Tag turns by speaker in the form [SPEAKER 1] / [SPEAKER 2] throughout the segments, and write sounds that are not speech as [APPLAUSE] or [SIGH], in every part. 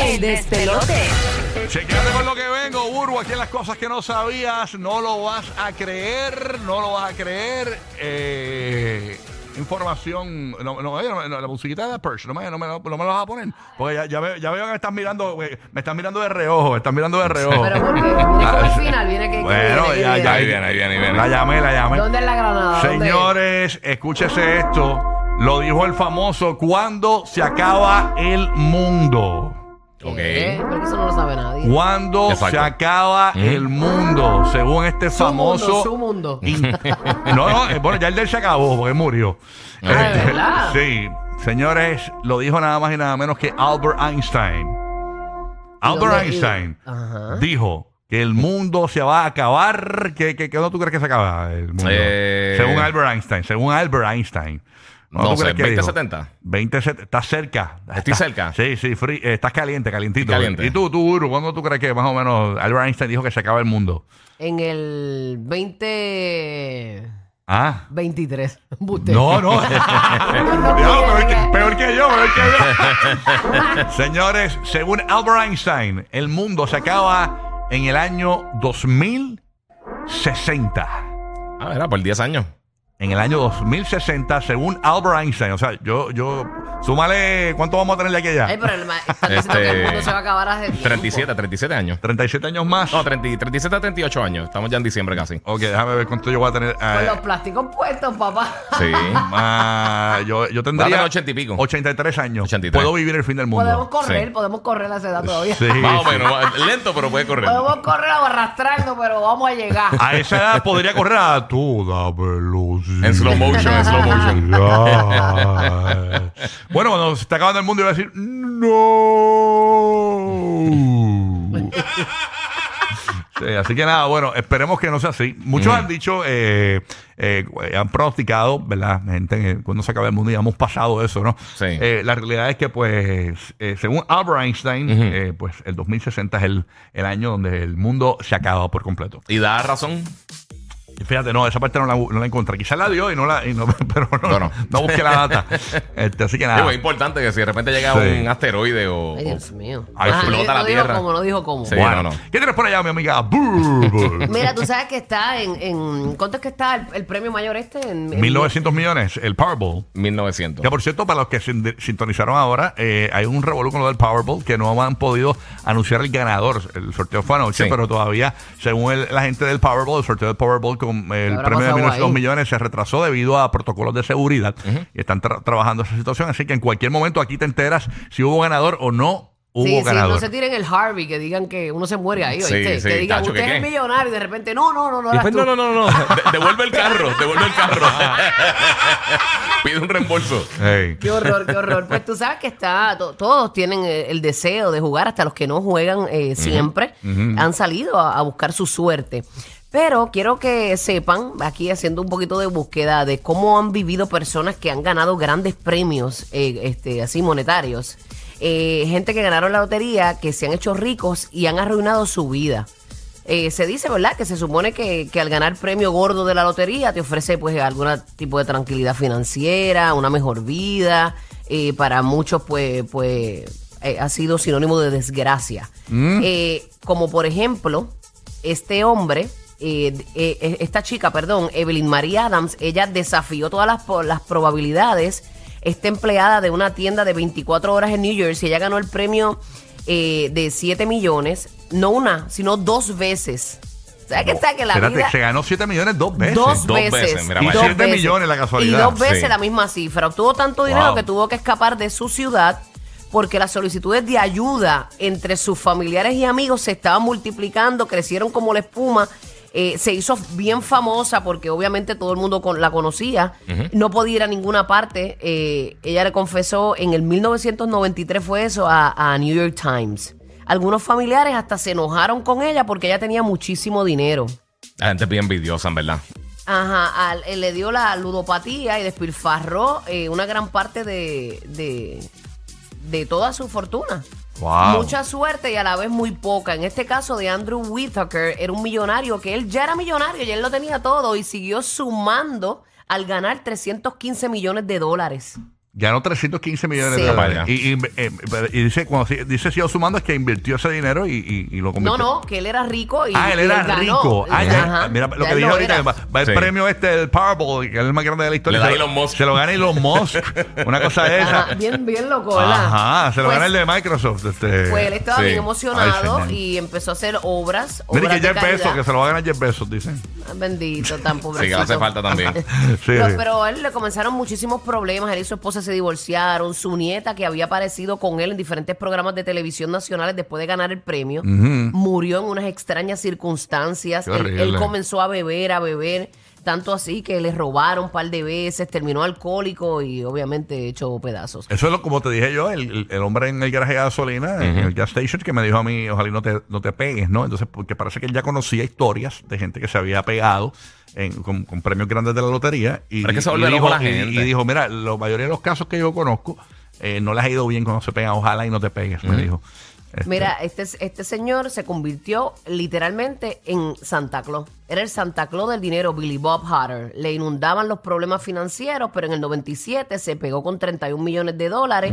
[SPEAKER 1] El despelote.
[SPEAKER 2] Chequéate con lo que vengo, Burbu. Aquí en las cosas que no sabías, no lo vas a creer, no lo vas a creer. Eh, información. No, no, oye, no, no, la musiquita de The Purge, no me, no, me, no me la vas a poner. Porque ya, ya, veo, ya veo que me estás mirando, eh, me estás mirando de reojo, me estás mirando de [LAUGHS] reojo.
[SPEAKER 1] Pero porque es como el final, viene que.
[SPEAKER 2] bueno,
[SPEAKER 1] que viene,
[SPEAKER 2] ya,
[SPEAKER 1] que
[SPEAKER 2] ya,
[SPEAKER 1] viene.
[SPEAKER 3] Ahí viene, ahí viene, ahí viene.
[SPEAKER 2] La llamé, la llamé.
[SPEAKER 1] ¿Dónde es la granada? ¿Dónde es?
[SPEAKER 2] Señores, escúchese esto. Lo dijo el famoso, ¿cuándo se acaba el mundo?
[SPEAKER 1] ¿Eh?
[SPEAKER 3] Ok.
[SPEAKER 1] Porque eso no lo sabe nadie.
[SPEAKER 2] ¿Cuándo
[SPEAKER 3] Exacto.
[SPEAKER 2] se acaba el mundo? Según este
[SPEAKER 1] Su mundo,
[SPEAKER 2] famoso...
[SPEAKER 1] Su mundo.
[SPEAKER 2] in- no, no, eh, bueno, ya el del se acabó porque murió. Este,
[SPEAKER 1] Ah, ¿de verdad?
[SPEAKER 2] sí, señores, lo dijo nada más y nada menos que Albert Einstein. Albert
[SPEAKER 1] dónde- y-
[SPEAKER 2] Einstein
[SPEAKER 1] Ajá.
[SPEAKER 2] dijo que el mundo se va a acabar. ¿Qué, qué, qué no tú crees que se acaba el mundo?
[SPEAKER 3] Eh.
[SPEAKER 2] Según Albert Einstein, según Albert Einstein. ¿Cuándo
[SPEAKER 3] No
[SPEAKER 2] tú
[SPEAKER 3] sé,
[SPEAKER 2] crees que dijo?
[SPEAKER 3] 20-70.
[SPEAKER 2] 20-70, estás cerca.
[SPEAKER 3] Estoy
[SPEAKER 2] Estás-
[SPEAKER 3] cerca.
[SPEAKER 2] Sí, sí, free- eh, estás caliente, calientito.
[SPEAKER 3] Estoy caliente.
[SPEAKER 2] ¿Y tú, tú, Uru, cuándo tú crees que más o menos Albert Einstein dijo que se acaba el mundo?
[SPEAKER 1] En el 20.
[SPEAKER 2] Ah.
[SPEAKER 1] [LAUGHS] 23. Embuste.
[SPEAKER 2] No, no.
[SPEAKER 1] no
[SPEAKER 2] Diablo,
[SPEAKER 1] quiero,
[SPEAKER 2] peor, que,
[SPEAKER 1] eh.
[SPEAKER 2] peor que yo, peor que yo. [LAUGHS] Señores, según Albert Einstein, el mundo se acaba en el año 2060.
[SPEAKER 3] Ah, era por 10 años.
[SPEAKER 2] En el año 2060, según Albert Einstein. O sea, yo, yo, súmale, ¿cuánto vamos a tener de aquí a
[SPEAKER 1] Ay,
[SPEAKER 2] allá?
[SPEAKER 1] pero el ma- están diciendo
[SPEAKER 3] Este-
[SPEAKER 1] que el mundo se va a acabar hace tiempo.
[SPEAKER 3] 37, 37 años.
[SPEAKER 2] 37 años más.
[SPEAKER 3] No, 30 37 a 38 años. Estamos ya en diciembre casi.
[SPEAKER 2] Ok, déjame ver cuánto yo voy a tener.
[SPEAKER 1] Con
[SPEAKER 2] eh,
[SPEAKER 1] los plásticos puestos, papá.
[SPEAKER 3] Sí.
[SPEAKER 2] más- yo, yo tendría
[SPEAKER 3] Dale 80 y pico.
[SPEAKER 2] 83 años.
[SPEAKER 3] 83.
[SPEAKER 2] Puedo vivir el fin del
[SPEAKER 1] Podemos
[SPEAKER 2] mundo.
[SPEAKER 1] correr,
[SPEAKER 3] Sí.
[SPEAKER 1] podemos correr a esa edad todavía.
[SPEAKER 2] Sí,
[SPEAKER 3] Más o
[SPEAKER 2] sí.
[SPEAKER 3] menos. va- Lento, pero puede correr.
[SPEAKER 1] Podemos correr arrastrando, pero vamos a llegar.
[SPEAKER 2] A esa edad podría correr a toda velocidad.
[SPEAKER 3] En slow motion, en slow motion.
[SPEAKER 2] Ya. [LAUGHS] bueno, cuando se está acabando el mundo, iba a decir: ¡No! Sí, así que nada, bueno, esperemos que no sea así.
[SPEAKER 3] Mm.
[SPEAKER 2] Muchos han dicho, eh, eh, han pronosticado, ¿verdad? Gente, que cuando se acaba el mundo, ya hemos pasado eso, ¿no?
[SPEAKER 3] Sí.
[SPEAKER 2] Eh, la realidad es que, pues, eh, según Albert Einstein, eh, pues el 2060 es el, el año donde el mundo se acaba por completo.
[SPEAKER 3] Y da razón.
[SPEAKER 2] Fíjate, no, esa parte no la, no la encontré. Quizás la dio y no la. y no- [LAUGHS] pero no,
[SPEAKER 3] Bueno.
[SPEAKER 2] no busqué la data. Este, así que nada.
[SPEAKER 3] Digo, es importante que si de repente llega
[SPEAKER 2] Sí.
[SPEAKER 3] un asteroide o.
[SPEAKER 1] Ay, Dios mío.
[SPEAKER 2] Ay,
[SPEAKER 1] Ah,
[SPEAKER 3] explota
[SPEAKER 1] no
[SPEAKER 3] la
[SPEAKER 1] dijo
[SPEAKER 3] Tierra.
[SPEAKER 1] cómo, no dijo cómo.
[SPEAKER 3] Sí,
[SPEAKER 2] Bueno,
[SPEAKER 3] no, no.
[SPEAKER 2] ¿Qué tienes por allá, mi amiga?
[SPEAKER 1] [LAUGHS]
[SPEAKER 2] Burr.
[SPEAKER 1] Mira, tú sabes que está en, en ¿cuánto es que está el, el premio mayor este? En, en-
[SPEAKER 2] 1900 millones, el Powerball.
[SPEAKER 3] 1900.
[SPEAKER 2] Que por cierto, para los que sin- sintonizaron ahora, eh, hay un revolú con lo del Powerball que no han podido anunciar el ganador. El sorteo fue anoche,
[SPEAKER 3] Sí.
[SPEAKER 2] pero todavía, según el- la gente del Powerball, el sorteo del Powerball con el
[SPEAKER 1] habrá
[SPEAKER 2] premio de
[SPEAKER 1] pasado
[SPEAKER 2] 1.200
[SPEAKER 1] ahí?
[SPEAKER 2] millones se retrasó debido a protocolos de seguridad y están tra- trabajando esa situación. Así que en cualquier momento aquí te enteras si hubo ganador o no hubo
[SPEAKER 1] Sí, sí,
[SPEAKER 2] ganador.
[SPEAKER 1] no se tiren el Harvey, que digan que uno se muere ahí,
[SPEAKER 3] Sí,
[SPEAKER 1] ¿oíste?
[SPEAKER 3] sí,
[SPEAKER 1] que digan,
[SPEAKER 3] tacho, ¿que
[SPEAKER 1] usted es
[SPEAKER 3] qué?
[SPEAKER 1] millonario y de repente, no, no, no, no eras
[SPEAKER 3] Después,
[SPEAKER 1] tú.
[SPEAKER 3] pues, no, no, no, no. [LAUGHS] De- devuelve el carro, devuelve
[SPEAKER 1] [LAUGHS]
[SPEAKER 3] el carro. Pide un reembolso.
[SPEAKER 2] Ey.
[SPEAKER 1] Qué horror, qué horror. Pues tú sabes que está, to- todos tienen eh, el deseo de jugar, hasta los que no juegan eh, siempre han salido a, a buscar su suerte. Pero quiero que sepan, aquí haciendo un poquito de búsqueda de cómo han vivido personas que han ganado grandes premios, eh, este, así monetarios. Eh, gente que ganaron la lotería, que se han hecho ricos y han arruinado su vida. Eh, se dice, ¿verdad? Que se supone que, que al ganar premio gordo de la lotería te ofrece pues algún tipo de tranquilidad financiera, una mejor vida. Eh, para muchos pues, pues eh, ha sido sinónimo de desgracia. Eh, como por ejemplo, este hombre, eh, eh, eh, esta chica, perdón, Evelyn Marie Adams, ella desafió todas las, po- las probabilidades. Esta empleada de una tienda de 24 horas en New Jersey, ella ganó el premio eh, de 7 millones, no una, sino dos veces. ¿Sabes qué está que la
[SPEAKER 2] Espérate,
[SPEAKER 1] vida?
[SPEAKER 2] se ganó 7 millones dos veces.
[SPEAKER 1] Dos,
[SPEAKER 3] Dos
[SPEAKER 1] veces.
[SPEAKER 3] veces, mira,
[SPEAKER 2] Y
[SPEAKER 3] vaya.
[SPEAKER 2] siete millones la casualidad.
[SPEAKER 1] Y dos veces
[SPEAKER 3] Sí.
[SPEAKER 1] la misma cifra. Obtuvo tanto dinero
[SPEAKER 3] Wow.
[SPEAKER 1] que tuvo que escapar de su ciudad porque las solicitudes de ayuda entre sus familiares y amigos se estaban multiplicando, crecieron como la espuma. Eh, se hizo bien famosa porque obviamente todo el mundo con- la conocía. No podía ir a ninguna parte. Eh, ella le confesó en el 1993 fue eso a, a New York Times. Algunos familiares hasta se enojaron con ella porque ella tenía muchísimo dinero.
[SPEAKER 3] La gente es bien envidiosa, en verdad.
[SPEAKER 1] Ajá, al- eh, le dio la ludopatía y despilfarró eh, una gran parte de, de, de toda su fortuna.
[SPEAKER 2] Wow.
[SPEAKER 1] Mucha suerte y a la vez muy poca. En este caso de Andrew Whitaker, era un millonario que él ya era millonario y él lo tenía todo y siguió sumando al ganar 315 millones de dólares.
[SPEAKER 2] Ganó 315 millones
[SPEAKER 1] Sí.
[SPEAKER 2] de dólares.
[SPEAKER 3] Vaya.
[SPEAKER 2] Y, y- eh, y dice, cuando si- dice sigo sumando, es que invirtió ese dinero y, y- y lo
[SPEAKER 1] No,
[SPEAKER 2] convirtió.
[SPEAKER 1] no, que él era rico y.
[SPEAKER 2] Ah, él
[SPEAKER 1] y
[SPEAKER 2] era
[SPEAKER 1] ganó.
[SPEAKER 2] rico. Ah, ya.
[SPEAKER 1] Ajá.
[SPEAKER 2] Mira lo
[SPEAKER 1] Ya
[SPEAKER 2] que
[SPEAKER 1] él
[SPEAKER 2] dije
[SPEAKER 1] lo
[SPEAKER 2] ahorita.
[SPEAKER 1] era.
[SPEAKER 2] que Va, va el
[SPEAKER 3] Sí.
[SPEAKER 2] premio este del Powerball, que es el más grande de la historia.
[SPEAKER 3] Le da
[SPEAKER 2] Se lo-
[SPEAKER 3] Elon Musk.
[SPEAKER 2] Se lo gana Elon Musk. Una cosa de esa.
[SPEAKER 1] Ajá, Bien, bien loco, ¿verdad?
[SPEAKER 2] Ajá, se lo
[SPEAKER 1] Pues-
[SPEAKER 2] gana el de Microsoft. Este.
[SPEAKER 1] Pues él estaba
[SPEAKER 3] Sí.
[SPEAKER 1] bien emocionado
[SPEAKER 2] Ay, señor.
[SPEAKER 1] y empezó a hacer obras.
[SPEAKER 2] Mira
[SPEAKER 1] obras
[SPEAKER 2] que
[SPEAKER 1] de
[SPEAKER 2] Jeff
[SPEAKER 1] caridad.
[SPEAKER 2] Bezos, que se lo va a ganar Jeff Bezos, dicen. [LAUGHS]
[SPEAKER 1] Ah, Bendito, tan
[SPEAKER 3] Sí, que
[SPEAKER 1] pobrecito.
[SPEAKER 3] hace
[SPEAKER 1] [LAUGHS]
[SPEAKER 3] falta también.
[SPEAKER 2] Sí,
[SPEAKER 1] No,
[SPEAKER 2] sí.
[SPEAKER 1] pero a él le comenzaron muchísimos problemas. Él y su esposa se divorciaron. Su nieta, que había aparecido con él en diferentes programas de televisión nacionales después de ganar el premio, murió en unas extrañas circunstancias.
[SPEAKER 2] Qué
[SPEAKER 1] Él,
[SPEAKER 2] horrible.
[SPEAKER 1] él comenzó a beber, a beber. Tanto así que le robaron un par de veces, terminó alcohólico y obviamente hecho pedazos.
[SPEAKER 2] Eso es lo, como te dije yo, el, el hombre en el garaje de gasolina, en el gas station, que me dijo a mí, ojalá y no te, no te pegues, ¿no? Entonces, porque parece que él ya conocía historias de gente que se había pegado en- con, con premios grandes de la lotería. Y,
[SPEAKER 3] Pero es que se
[SPEAKER 2] y
[SPEAKER 3] vuelve
[SPEAKER 2] dijo,
[SPEAKER 3] loco la
[SPEAKER 2] y-
[SPEAKER 3] gente.
[SPEAKER 2] y dijo, mira, la mayoría de los casos que yo conozco, eh, no les ha ido bien cuando se pegan, ojalá y no te pegues, me dijo. Este,
[SPEAKER 1] Mira, este, este señor se convirtió literalmente en Santa Claus. Era el Santa Claus del dinero, Billy Bob Hutter. Le inundaban los problemas financieros, pero en el 97 se pegó con 31 millones de dólares.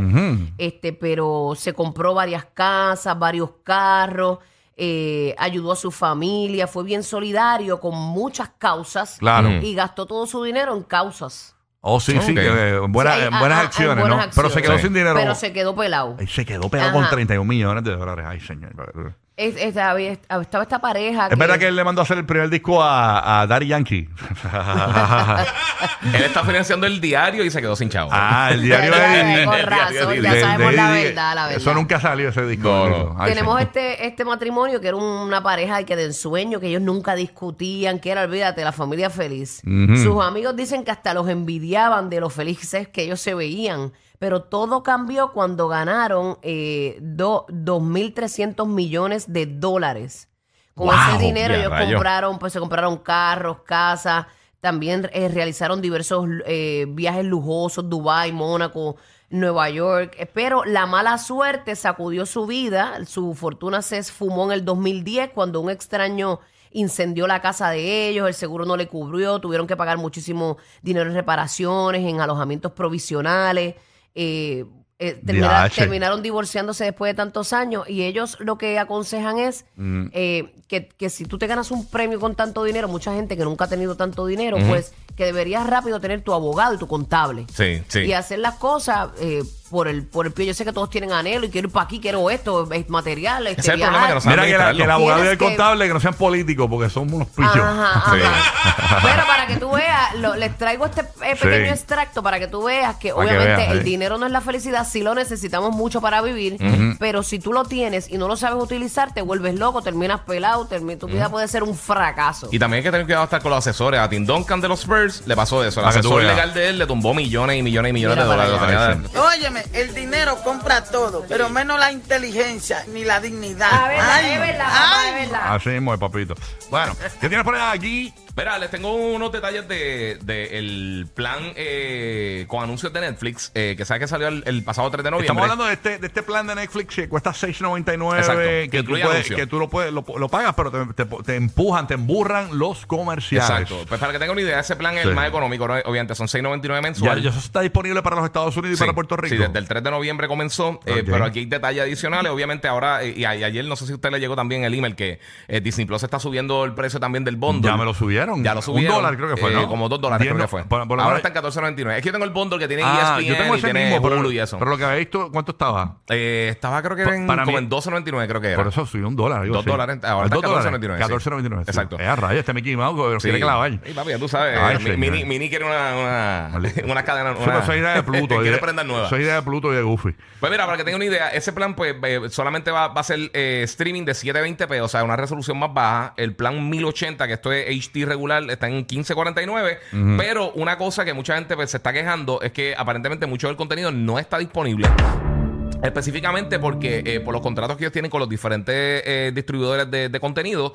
[SPEAKER 1] Este, pero se compró varias casas, varios carros, eh, ayudó a su familia, fue bien solidario con muchas causas
[SPEAKER 2] Claro.
[SPEAKER 1] y gastó todo su dinero en causas.
[SPEAKER 2] Oh, sí, sí,
[SPEAKER 3] Ok.
[SPEAKER 2] que, eh, buena-
[SPEAKER 1] Sí, hay-
[SPEAKER 2] en
[SPEAKER 1] ah,
[SPEAKER 2] buenas
[SPEAKER 1] ah, hay
[SPEAKER 2] acciones,
[SPEAKER 1] buenas
[SPEAKER 2] ¿no? Pero se
[SPEAKER 1] acciones.
[SPEAKER 2] quedó
[SPEAKER 3] Sí.
[SPEAKER 2] sin dinero.
[SPEAKER 1] Pero se quedó pelado.
[SPEAKER 2] Ahí se quedó pegado con
[SPEAKER 1] Ajá.
[SPEAKER 2] 31 millones de dólares. Ay, señor.
[SPEAKER 1] Es- es- estaba esta pareja.
[SPEAKER 2] Es verdad que él le mandó a hacer el primer disco a, a Daddy
[SPEAKER 1] [LAUGHS]
[SPEAKER 2] Yankee. [LAUGHS]
[SPEAKER 3] Él está financiando el diario y se quedó sin chavo.
[SPEAKER 2] Ah, el diario
[SPEAKER 1] Ya, ya,
[SPEAKER 2] de
[SPEAKER 1] ya, con
[SPEAKER 3] El diario
[SPEAKER 1] razón,
[SPEAKER 3] de
[SPEAKER 1] ya
[SPEAKER 3] Didi.
[SPEAKER 1] sabemos la
[SPEAKER 2] Didi.
[SPEAKER 1] verdad, la verdad.
[SPEAKER 2] Eso nunca salió ese disco.
[SPEAKER 3] No,
[SPEAKER 2] Eso.
[SPEAKER 3] no.
[SPEAKER 2] Ay,
[SPEAKER 1] Tenemos
[SPEAKER 2] sí.
[SPEAKER 1] este, este matrimonio que era una pareja que de ensueño, que ellos nunca discutían, que era, olvídate, la familia feliz. Sus amigos dicen que hasta los envidiaban de los felices que ellos se veían. Pero todo cambió cuando ganaron eh, do- 2.300 millones de dólares. Con
[SPEAKER 3] Wow,
[SPEAKER 1] ese dinero
[SPEAKER 3] ya,
[SPEAKER 1] ellos
[SPEAKER 3] rayo.
[SPEAKER 1] compraron, pues se compraron carros, casas, también eh, realizaron diversos eh, viajes lujosos, Dubái, Mónaco, Nueva York, Eh, pero la mala suerte sacudió su vida, su fortuna se esfumó en el 2010 cuando un extraño incendió la casa de ellos, el seguro no le cubrió, tuvieron que pagar muchísimo dinero en reparaciones, en alojamientos provisionales, eh, eh, termina-
[SPEAKER 2] Diache.
[SPEAKER 1] termina- terminaron divorciándose después de tantos años y ellos lo que aconsejan es
[SPEAKER 3] Mm.
[SPEAKER 1] eh, que, que si tú te ganas un premio con tanto dinero, mucha gente que nunca ha tenido tanto dinero, pues que deberías rápido tener tu abogado y tu contable.
[SPEAKER 3] Sí, sí.
[SPEAKER 1] Y hacer las cosas eh, por el por el pie. Yo sé que todos tienen anhelo y quiero ir para aquí, quiero esto, es material, este
[SPEAKER 3] Ese es el problema que no
[SPEAKER 1] viajar.
[SPEAKER 3] saben
[SPEAKER 2] Mira que, la- que el
[SPEAKER 3] administrarlo.
[SPEAKER 2] abogado y el
[SPEAKER 1] Tienes que-
[SPEAKER 2] contable que no sean políticos porque son unos pillos. [LAUGHS]
[SPEAKER 1] Ajá,
[SPEAKER 3] Sí.
[SPEAKER 1] ajá. Pero para que tú veas, lo- les traigo este eh, pequeño
[SPEAKER 2] Sí.
[SPEAKER 1] extracto para que tú veas que
[SPEAKER 2] Para que
[SPEAKER 1] obviamente
[SPEAKER 2] veas,
[SPEAKER 1] el
[SPEAKER 2] sí.
[SPEAKER 1] dinero no es la felicidad, si lo necesitamos mucho para vivir, pero si tú lo tienes y no lo sabes utilizar, te vuelves loco, terminas pelado, termi- tu vida puede ser un fracaso.
[SPEAKER 3] Y también hay que tener cuidado hasta con los asesores. A Tim Duncan de los Spurs le pasó eso. El
[SPEAKER 2] Para que tú
[SPEAKER 3] asesor
[SPEAKER 2] veas.
[SPEAKER 3] legal de él le tumbó millones y millones y millones
[SPEAKER 1] Mira
[SPEAKER 3] de
[SPEAKER 1] para
[SPEAKER 3] dólares. Lo
[SPEAKER 2] allá.
[SPEAKER 3] tenía-
[SPEAKER 4] [LAUGHS] Óyeme, el dinero compra todo, pero menos la inteligencia ni la dignidad.
[SPEAKER 1] Ah, verdad,
[SPEAKER 4] Ay,
[SPEAKER 1] es verdad, papá,
[SPEAKER 4] ay.
[SPEAKER 1] es verdad.
[SPEAKER 2] Así mismo, es, papito. Bueno, ¿qué tienes por aquí?
[SPEAKER 3] Verá, les tengo unos detalles de, de el plan eh, con anuncios de Netflix eh, que sabes que salió el, el pasado 3 de noviembre.
[SPEAKER 2] Estamos hablando de este, de este plan de Netflix que cuesta
[SPEAKER 3] Exacto,
[SPEAKER 2] $6.99,
[SPEAKER 3] que
[SPEAKER 2] que, tú
[SPEAKER 3] incluye
[SPEAKER 2] puedes-
[SPEAKER 3] anuncios.
[SPEAKER 2] que tú lo, puedes, lo, lo pagas, pero te, te- te empujan, te emburran los comerciales.
[SPEAKER 3] Exacto. Pues para que tengan una idea, ese plan es
[SPEAKER 2] Sí.
[SPEAKER 3] el más económico, ¿no? obviamente son 6.99
[SPEAKER 2] Ya,
[SPEAKER 3] mensual.
[SPEAKER 2] ya eso está disponible para los Estados Unidos y
[SPEAKER 3] Sí,
[SPEAKER 2] para Puerto Rico.
[SPEAKER 3] Sí, desde el 3 de noviembre comenzó, eh,
[SPEAKER 2] Ok.
[SPEAKER 3] pero aquí hay detalles adicionales. Obviamente ahora, eh, y, a- y ayer no sé si a usted le llegó también el email que eh, Disney Plus está subiendo el precio también del bundle.
[SPEAKER 2] Ya me lo subieron.
[SPEAKER 3] Ya lo subieron.
[SPEAKER 2] Un dólar creo que fue,
[SPEAKER 3] Eh,
[SPEAKER 2] ¿no?
[SPEAKER 3] Como dos dólares
[SPEAKER 2] Diez
[SPEAKER 3] creo
[SPEAKER 2] no-
[SPEAKER 3] que fue.
[SPEAKER 2] por- por lo
[SPEAKER 3] ahora
[SPEAKER 2] menos-
[SPEAKER 3] está en 14.99. Es que yo tengo el bundle que tiene E
[SPEAKER 2] Ah,
[SPEAKER 3] ESPN
[SPEAKER 2] yo tengo
[SPEAKER 3] y
[SPEAKER 2] ese
[SPEAKER 3] tiene
[SPEAKER 2] mismo, pero,
[SPEAKER 3] Hulu y eso.
[SPEAKER 2] pero lo que habéis visto, ¿cuánto estaba?
[SPEAKER 3] Eh, estaba creo que
[SPEAKER 2] Pa-
[SPEAKER 3] en,
[SPEAKER 2] para
[SPEAKER 3] como
[SPEAKER 2] mí-
[SPEAKER 3] en 12.99 creo que era.
[SPEAKER 2] Por eso subió un dólar. algo
[SPEAKER 3] Dos
[SPEAKER 2] así.
[SPEAKER 3] dólares, ahora
[SPEAKER 2] Ah,
[SPEAKER 3] está
[SPEAKER 2] dos dólares.
[SPEAKER 3] 14.99, sí.
[SPEAKER 2] 14.99. sí.
[SPEAKER 3] Exacto.
[SPEAKER 2] Eh, a rayos, este Mickey Mouse que lo
[SPEAKER 3] Sí.
[SPEAKER 2] quiere clavar. Ah,
[SPEAKER 3] Ay, papi, ya tú sabes.
[SPEAKER 2] Ay,
[SPEAKER 3] eh, Mi-
[SPEAKER 2] señor.
[SPEAKER 3] Mini, Mini quiere una, una,
[SPEAKER 2] Maldito.
[SPEAKER 3] [LAUGHS] una cadena.
[SPEAKER 2] Sí, pero
[SPEAKER 3] Una,
[SPEAKER 2] soy idea
[SPEAKER 3] [LAUGHS]
[SPEAKER 2] de Pluto.
[SPEAKER 3] quiere
[SPEAKER 2] idea-
[SPEAKER 3] prender nueva.
[SPEAKER 2] Soy idea de Pluto y de Goofy.
[SPEAKER 3] Pues mira, para que tengan una idea, ese plan pues eh, solamente va, va a ser eh, streaming de 720p, o sea, una resolución más baja. El plan 1080, que esto es HD regular, está en 1549. Pero una cosa que mucha gente pues, se está quejando es que aparentemente mucho del contenido no está disponible. Específicamente porque eh, por los contratos que ellos tienen con los diferentes eh, distribuidores de, de contenido,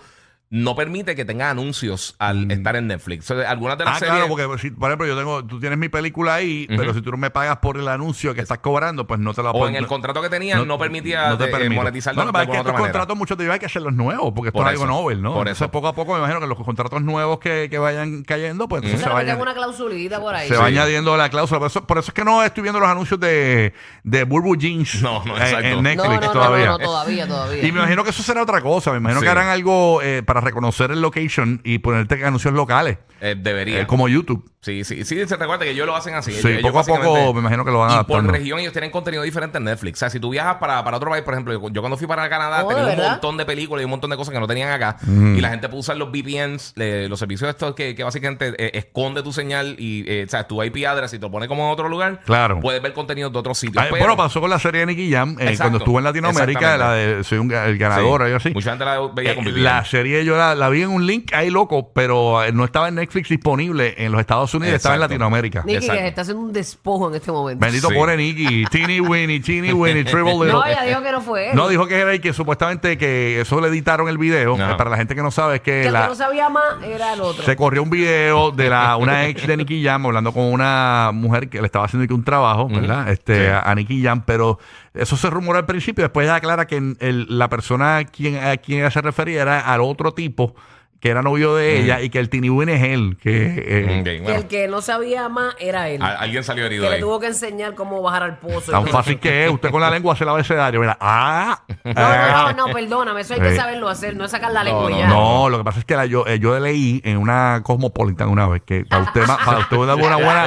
[SPEAKER 3] no permite que tenga anuncios al estar en Netflix. O sea, algunas de las
[SPEAKER 2] Mm. Ah,
[SPEAKER 3] series.
[SPEAKER 2] claro, porque si, por ejemplo, yo tengo, tú tienes mi película ahí, pero si tú no me pagas por el anuncio que estás cobrando, pues no te la
[SPEAKER 3] O
[SPEAKER 2] puedo-
[SPEAKER 3] en el contrato que tenían no, permitía
[SPEAKER 2] no te
[SPEAKER 3] de- eh,
[SPEAKER 2] permito.
[SPEAKER 3] monetizar
[SPEAKER 2] No,
[SPEAKER 3] de,
[SPEAKER 2] no, pero
[SPEAKER 3] de
[SPEAKER 2] es que
[SPEAKER 3] alguna
[SPEAKER 2] estos
[SPEAKER 3] otra manera.
[SPEAKER 2] contratos muchos te hay que hacerlos nuevos, porque esto
[SPEAKER 3] Por
[SPEAKER 2] es algo
[SPEAKER 3] eso,
[SPEAKER 2] novel, ¿no?
[SPEAKER 3] por
[SPEAKER 2] Entonces,
[SPEAKER 3] eso.
[SPEAKER 2] poco a poco me imagino que los contratos nuevos que, que vayan cayendo, pues
[SPEAKER 3] Mm.
[SPEAKER 2] entonces
[SPEAKER 1] Claro,
[SPEAKER 2] se
[SPEAKER 1] que
[SPEAKER 2] vayan.
[SPEAKER 1] tengo una clausulita por ahí.
[SPEAKER 2] Se va añadiendo la cláusula. Por eso, por eso es que no estoy viendo los anuncios de, de Burbu Jeans
[SPEAKER 3] No, no,
[SPEAKER 2] eh,
[SPEAKER 3] exacto.
[SPEAKER 2] en
[SPEAKER 1] No,
[SPEAKER 2] Netflix
[SPEAKER 1] no, no,
[SPEAKER 2] todavía.
[SPEAKER 1] no, no, todavía, todavía.
[SPEAKER 2] Y me imagino que eso será otra cosa. Me imagino
[SPEAKER 3] Sí.
[SPEAKER 2] que harán algo eh, para reconocer el location y ponerte anuncios locales,
[SPEAKER 3] Eh, debería.
[SPEAKER 2] eh, como YouTube.
[SPEAKER 3] Sí, sí, sí, se recuerda que ellos lo hacen así.
[SPEAKER 2] Sí,
[SPEAKER 3] Ellos-
[SPEAKER 2] poco a
[SPEAKER 3] ellos
[SPEAKER 2] poco
[SPEAKER 3] básicamente-
[SPEAKER 2] me imagino que lo van
[SPEAKER 3] y
[SPEAKER 2] adaptando.
[SPEAKER 3] por región ellos tienen contenido diferente en Netflix. O sea, si tú viajas para, para otro país, por ejemplo, yo, yo cuando fui para Canadá
[SPEAKER 1] Oh,
[SPEAKER 3] tenía
[SPEAKER 1] ¿de
[SPEAKER 3] un
[SPEAKER 1] verdad?
[SPEAKER 3] montón de películas y un montón de cosas que no tenían acá. Y la gente pudo usar los VPNs, le- los servicios estos que, que básicamente eh, esconde tu señal y, eh, o sea, tu IP address y te lo pone como en otro lugar.
[SPEAKER 2] Claro.
[SPEAKER 3] Puedes ver contenido de otros sitios.
[SPEAKER 2] Ah,
[SPEAKER 3] pero-
[SPEAKER 2] bueno, pasó con la serie de Nicky Jam eh,
[SPEAKER 3] Exacto,
[SPEAKER 2] cuando estuvo en Latinoamérica, la de Soy un, ga- el
[SPEAKER 3] sí,
[SPEAKER 2] ganador, algo así.
[SPEAKER 3] Mucha gente la veía
[SPEAKER 2] Eh,
[SPEAKER 3] con VPN.
[SPEAKER 2] la serie yo la, la vi en un link ahí loco, pero eh, no estaba en Netflix disponible en los Estados Unidos, estaba en
[SPEAKER 3] Exacto.
[SPEAKER 2] Latinoamérica.
[SPEAKER 1] Nicky
[SPEAKER 3] Exacto.
[SPEAKER 1] que está haciendo un despojo en este momento.
[SPEAKER 2] Bendito
[SPEAKER 3] Sí.
[SPEAKER 2] pobre Nicky, Teeny Winnie, Teeny
[SPEAKER 3] [LAUGHS]
[SPEAKER 2] Winnie, Triple Little.
[SPEAKER 1] No, ella dijo que no fue él.
[SPEAKER 2] No, dijo que era y que supuestamente que eso le editaron el video.
[SPEAKER 3] Ajá.
[SPEAKER 2] Eh, Para la gente que no sabe, es que,
[SPEAKER 1] que el
[SPEAKER 2] la-
[SPEAKER 1] que no sabía más era el otro.
[SPEAKER 2] se corrió un video de la una ex de Nicky Jam hablando con una mujer que le estaba haciendo que un trabajo, ¿verdad? Este, a, a Nicky Jam, pero eso se rumoró al principio. Después ella aclara que en- el- la persona a quien, a quien ella se refería era al otro tipo que era novio de ella y que el Tiniwin es él. Que, eh,
[SPEAKER 3] Ok,
[SPEAKER 1] Que
[SPEAKER 3] Mm, bueno.
[SPEAKER 1] el que no sabía más era él.
[SPEAKER 2] Ah,
[SPEAKER 3] Al- alguien salió herido
[SPEAKER 1] que le
[SPEAKER 3] ahí.
[SPEAKER 1] tuvo que enseñar cómo bajar al pozo. y
[SPEAKER 2] Tan
[SPEAKER 1] todo.
[SPEAKER 2] fácil que es, usted con la lengua hace el abecedario, mira, ah,
[SPEAKER 1] No,
[SPEAKER 2] ah.
[SPEAKER 1] no, no, no, perdóname, eso hay que
[SPEAKER 2] Sí.
[SPEAKER 1] saberlo hacer, no es sacar la
[SPEAKER 3] No,
[SPEAKER 1] lengua
[SPEAKER 3] no,
[SPEAKER 1] ya.
[SPEAKER 2] No, lo que pasa es que la- yo, eh, yo leí en una Cosmopolitan una vez que para usted, ma- para usted una
[SPEAKER 1] [LAUGHS]
[SPEAKER 2] buena, buena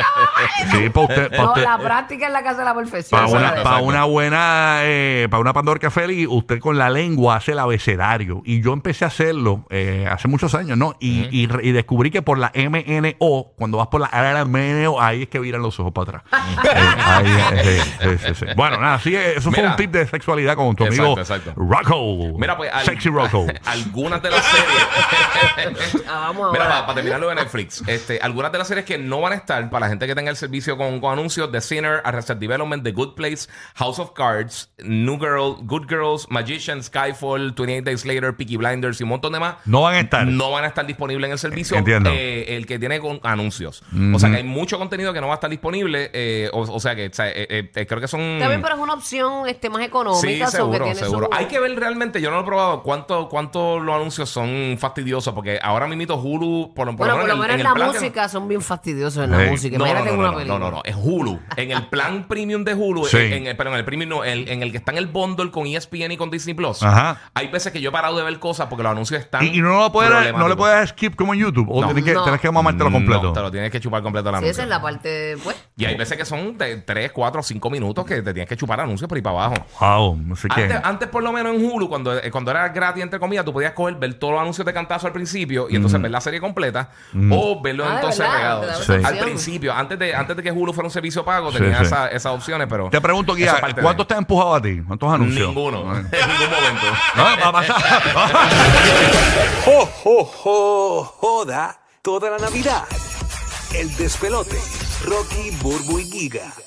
[SPEAKER 2] sí, para usted, para
[SPEAKER 1] No,
[SPEAKER 2] usted-
[SPEAKER 1] la práctica es la casa de la perfección.
[SPEAKER 2] para
[SPEAKER 1] ¿sabes?
[SPEAKER 2] Este- una, para
[SPEAKER 3] Exacto.
[SPEAKER 2] una buena, eh, para una pandorca feliz, usted con la lengua hace el abecedario. Y yo empecé a hacerlo eh, hace muchos años, ¿no? Y, y re- y descubrí que por la MNO, cuando vas por la MNO, ahí es que viran los ojos para atrás.
[SPEAKER 3] [LAUGHS]
[SPEAKER 2] Eh, ahí, eh, sí, sí, sí. Bueno, nada, sí, eso fue
[SPEAKER 3] Mira.
[SPEAKER 2] un tip de sexualidad con tu amigo
[SPEAKER 3] Exacto, exacto.
[SPEAKER 2] Rocco.
[SPEAKER 3] Mira, pues. [LAUGHS] al-
[SPEAKER 2] Sexy Rocco.
[SPEAKER 3] algunas de las series.
[SPEAKER 1] [LAUGHS] Ah, vamos
[SPEAKER 3] Mira,
[SPEAKER 1] ahora.
[SPEAKER 3] para, terminarlo de Netflix, este, algunas de las series que no van a estar, para la gente que tenga el servicio con, con anuncios, The Sinner, Arrested Development, The Good Place, House of Cards, New Girl, Good Girls, Magician, Skyfall, 28 Days Later, Peaky Blinders y un montón de más.
[SPEAKER 2] No van a estar.
[SPEAKER 3] No van a estar disponibles en el servicio
[SPEAKER 2] Entiendo.
[SPEAKER 3] eh, el que tiene con anuncios. O sea que hay mucho contenido que no va a estar disponible. eh, o, o sea que o sea, eh, eh, eh, creo que son.
[SPEAKER 1] También, pero es una opción este, más
[SPEAKER 3] Sí,
[SPEAKER 1] económica. so que
[SPEAKER 3] seguro,
[SPEAKER 1] tiene su-
[SPEAKER 3] seguro. Hay que ver realmente, yo no lo he probado, cuánto, cuánto los anuncios son fastidiosos, porque ahora mismo Hulu, por, lo- por
[SPEAKER 1] Bueno, por lo
[SPEAKER 3] en-
[SPEAKER 1] menos
[SPEAKER 3] en
[SPEAKER 1] en
[SPEAKER 3] el
[SPEAKER 1] la
[SPEAKER 3] plan que-
[SPEAKER 1] música son bien fastidiosos en la
[SPEAKER 2] Sí.
[SPEAKER 1] música.
[SPEAKER 3] No, no,
[SPEAKER 1] Imagínate
[SPEAKER 3] no,
[SPEAKER 1] en
[SPEAKER 3] no,
[SPEAKER 1] una
[SPEAKER 3] no,
[SPEAKER 1] película.
[SPEAKER 3] no, no, es Hulu. En el plan premium de Hulu,
[SPEAKER 2] Sí.
[SPEAKER 3] en, en el, perdón, en el premium no, el- en el que está en el bundle con E ESPN y con Disney Plus.
[SPEAKER 2] Ajá.
[SPEAKER 3] Hay veces que yo he parado de ver cosas porque los anuncios están.
[SPEAKER 2] Y, y no lo puedes, no le
[SPEAKER 3] problemáticos.
[SPEAKER 2] puedes dar skip como en YouTube. O
[SPEAKER 3] No.
[SPEAKER 2] tienes que,
[SPEAKER 1] No.
[SPEAKER 2] tienes que mamártelo completo.
[SPEAKER 3] No, te lo tienes que chupar completo la
[SPEAKER 1] Sí, esa es la parte, pues.
[SPEAKER 3] Y hay veces que son de 3, 4, 5 minutos que te tienes que chupar anuncios por ahí para abajo.
[SPEAKER 2] Wow, no sé qué.
[SPEAKER 3] Antes, antes, por lo menos en Hulu, cuando, eh, cuando era gratis, entre comillas, tú podías coger, ver todos los anuncios de cantazo al principio y entonces ver la serie completa o verlo
[SPEAKER 1] Ah, ¿de
[SPEAKER 3] entonces
[SPEAKER 1] verdad?
[SPEAKER 3] regado.
[SPEAKER 1] Te daba
[SPEAKER 2] esa Sí.
[SPEAKER 3] Al
[SPEAKER 1] opción.
[SPEAKER 3] principio, antes de, antes de que Hulu fuera un servicio pago,
[SPEAKER 2] Sí,
[SPEAKER 3] tenía
[SPEAKER 2] sí.
[SPEAKER 3] esa- esas opciones, pero.
[SPEAKER 2] Te pregunto, Guía,
[SPEAKER 3] esa parte de-
[SPEAKER 2] ¿cuántos te ha empujado a ti? ¿Cuántos anuncios?
[SPEAKER 3] Ninguno.
[SPEAKER 2] No,
[SPEAKER 3] [LAUGHS] En ningún momento.
[SPEAKER 2] va a
[SPEAKER 3] [LAUGHS]
[SPEAKER 2] pasar.
[SPEAKER 5] ¡Jo, jo, jo! Joda toda la Navidad. El despelote. Rocky, Burbu y Giga.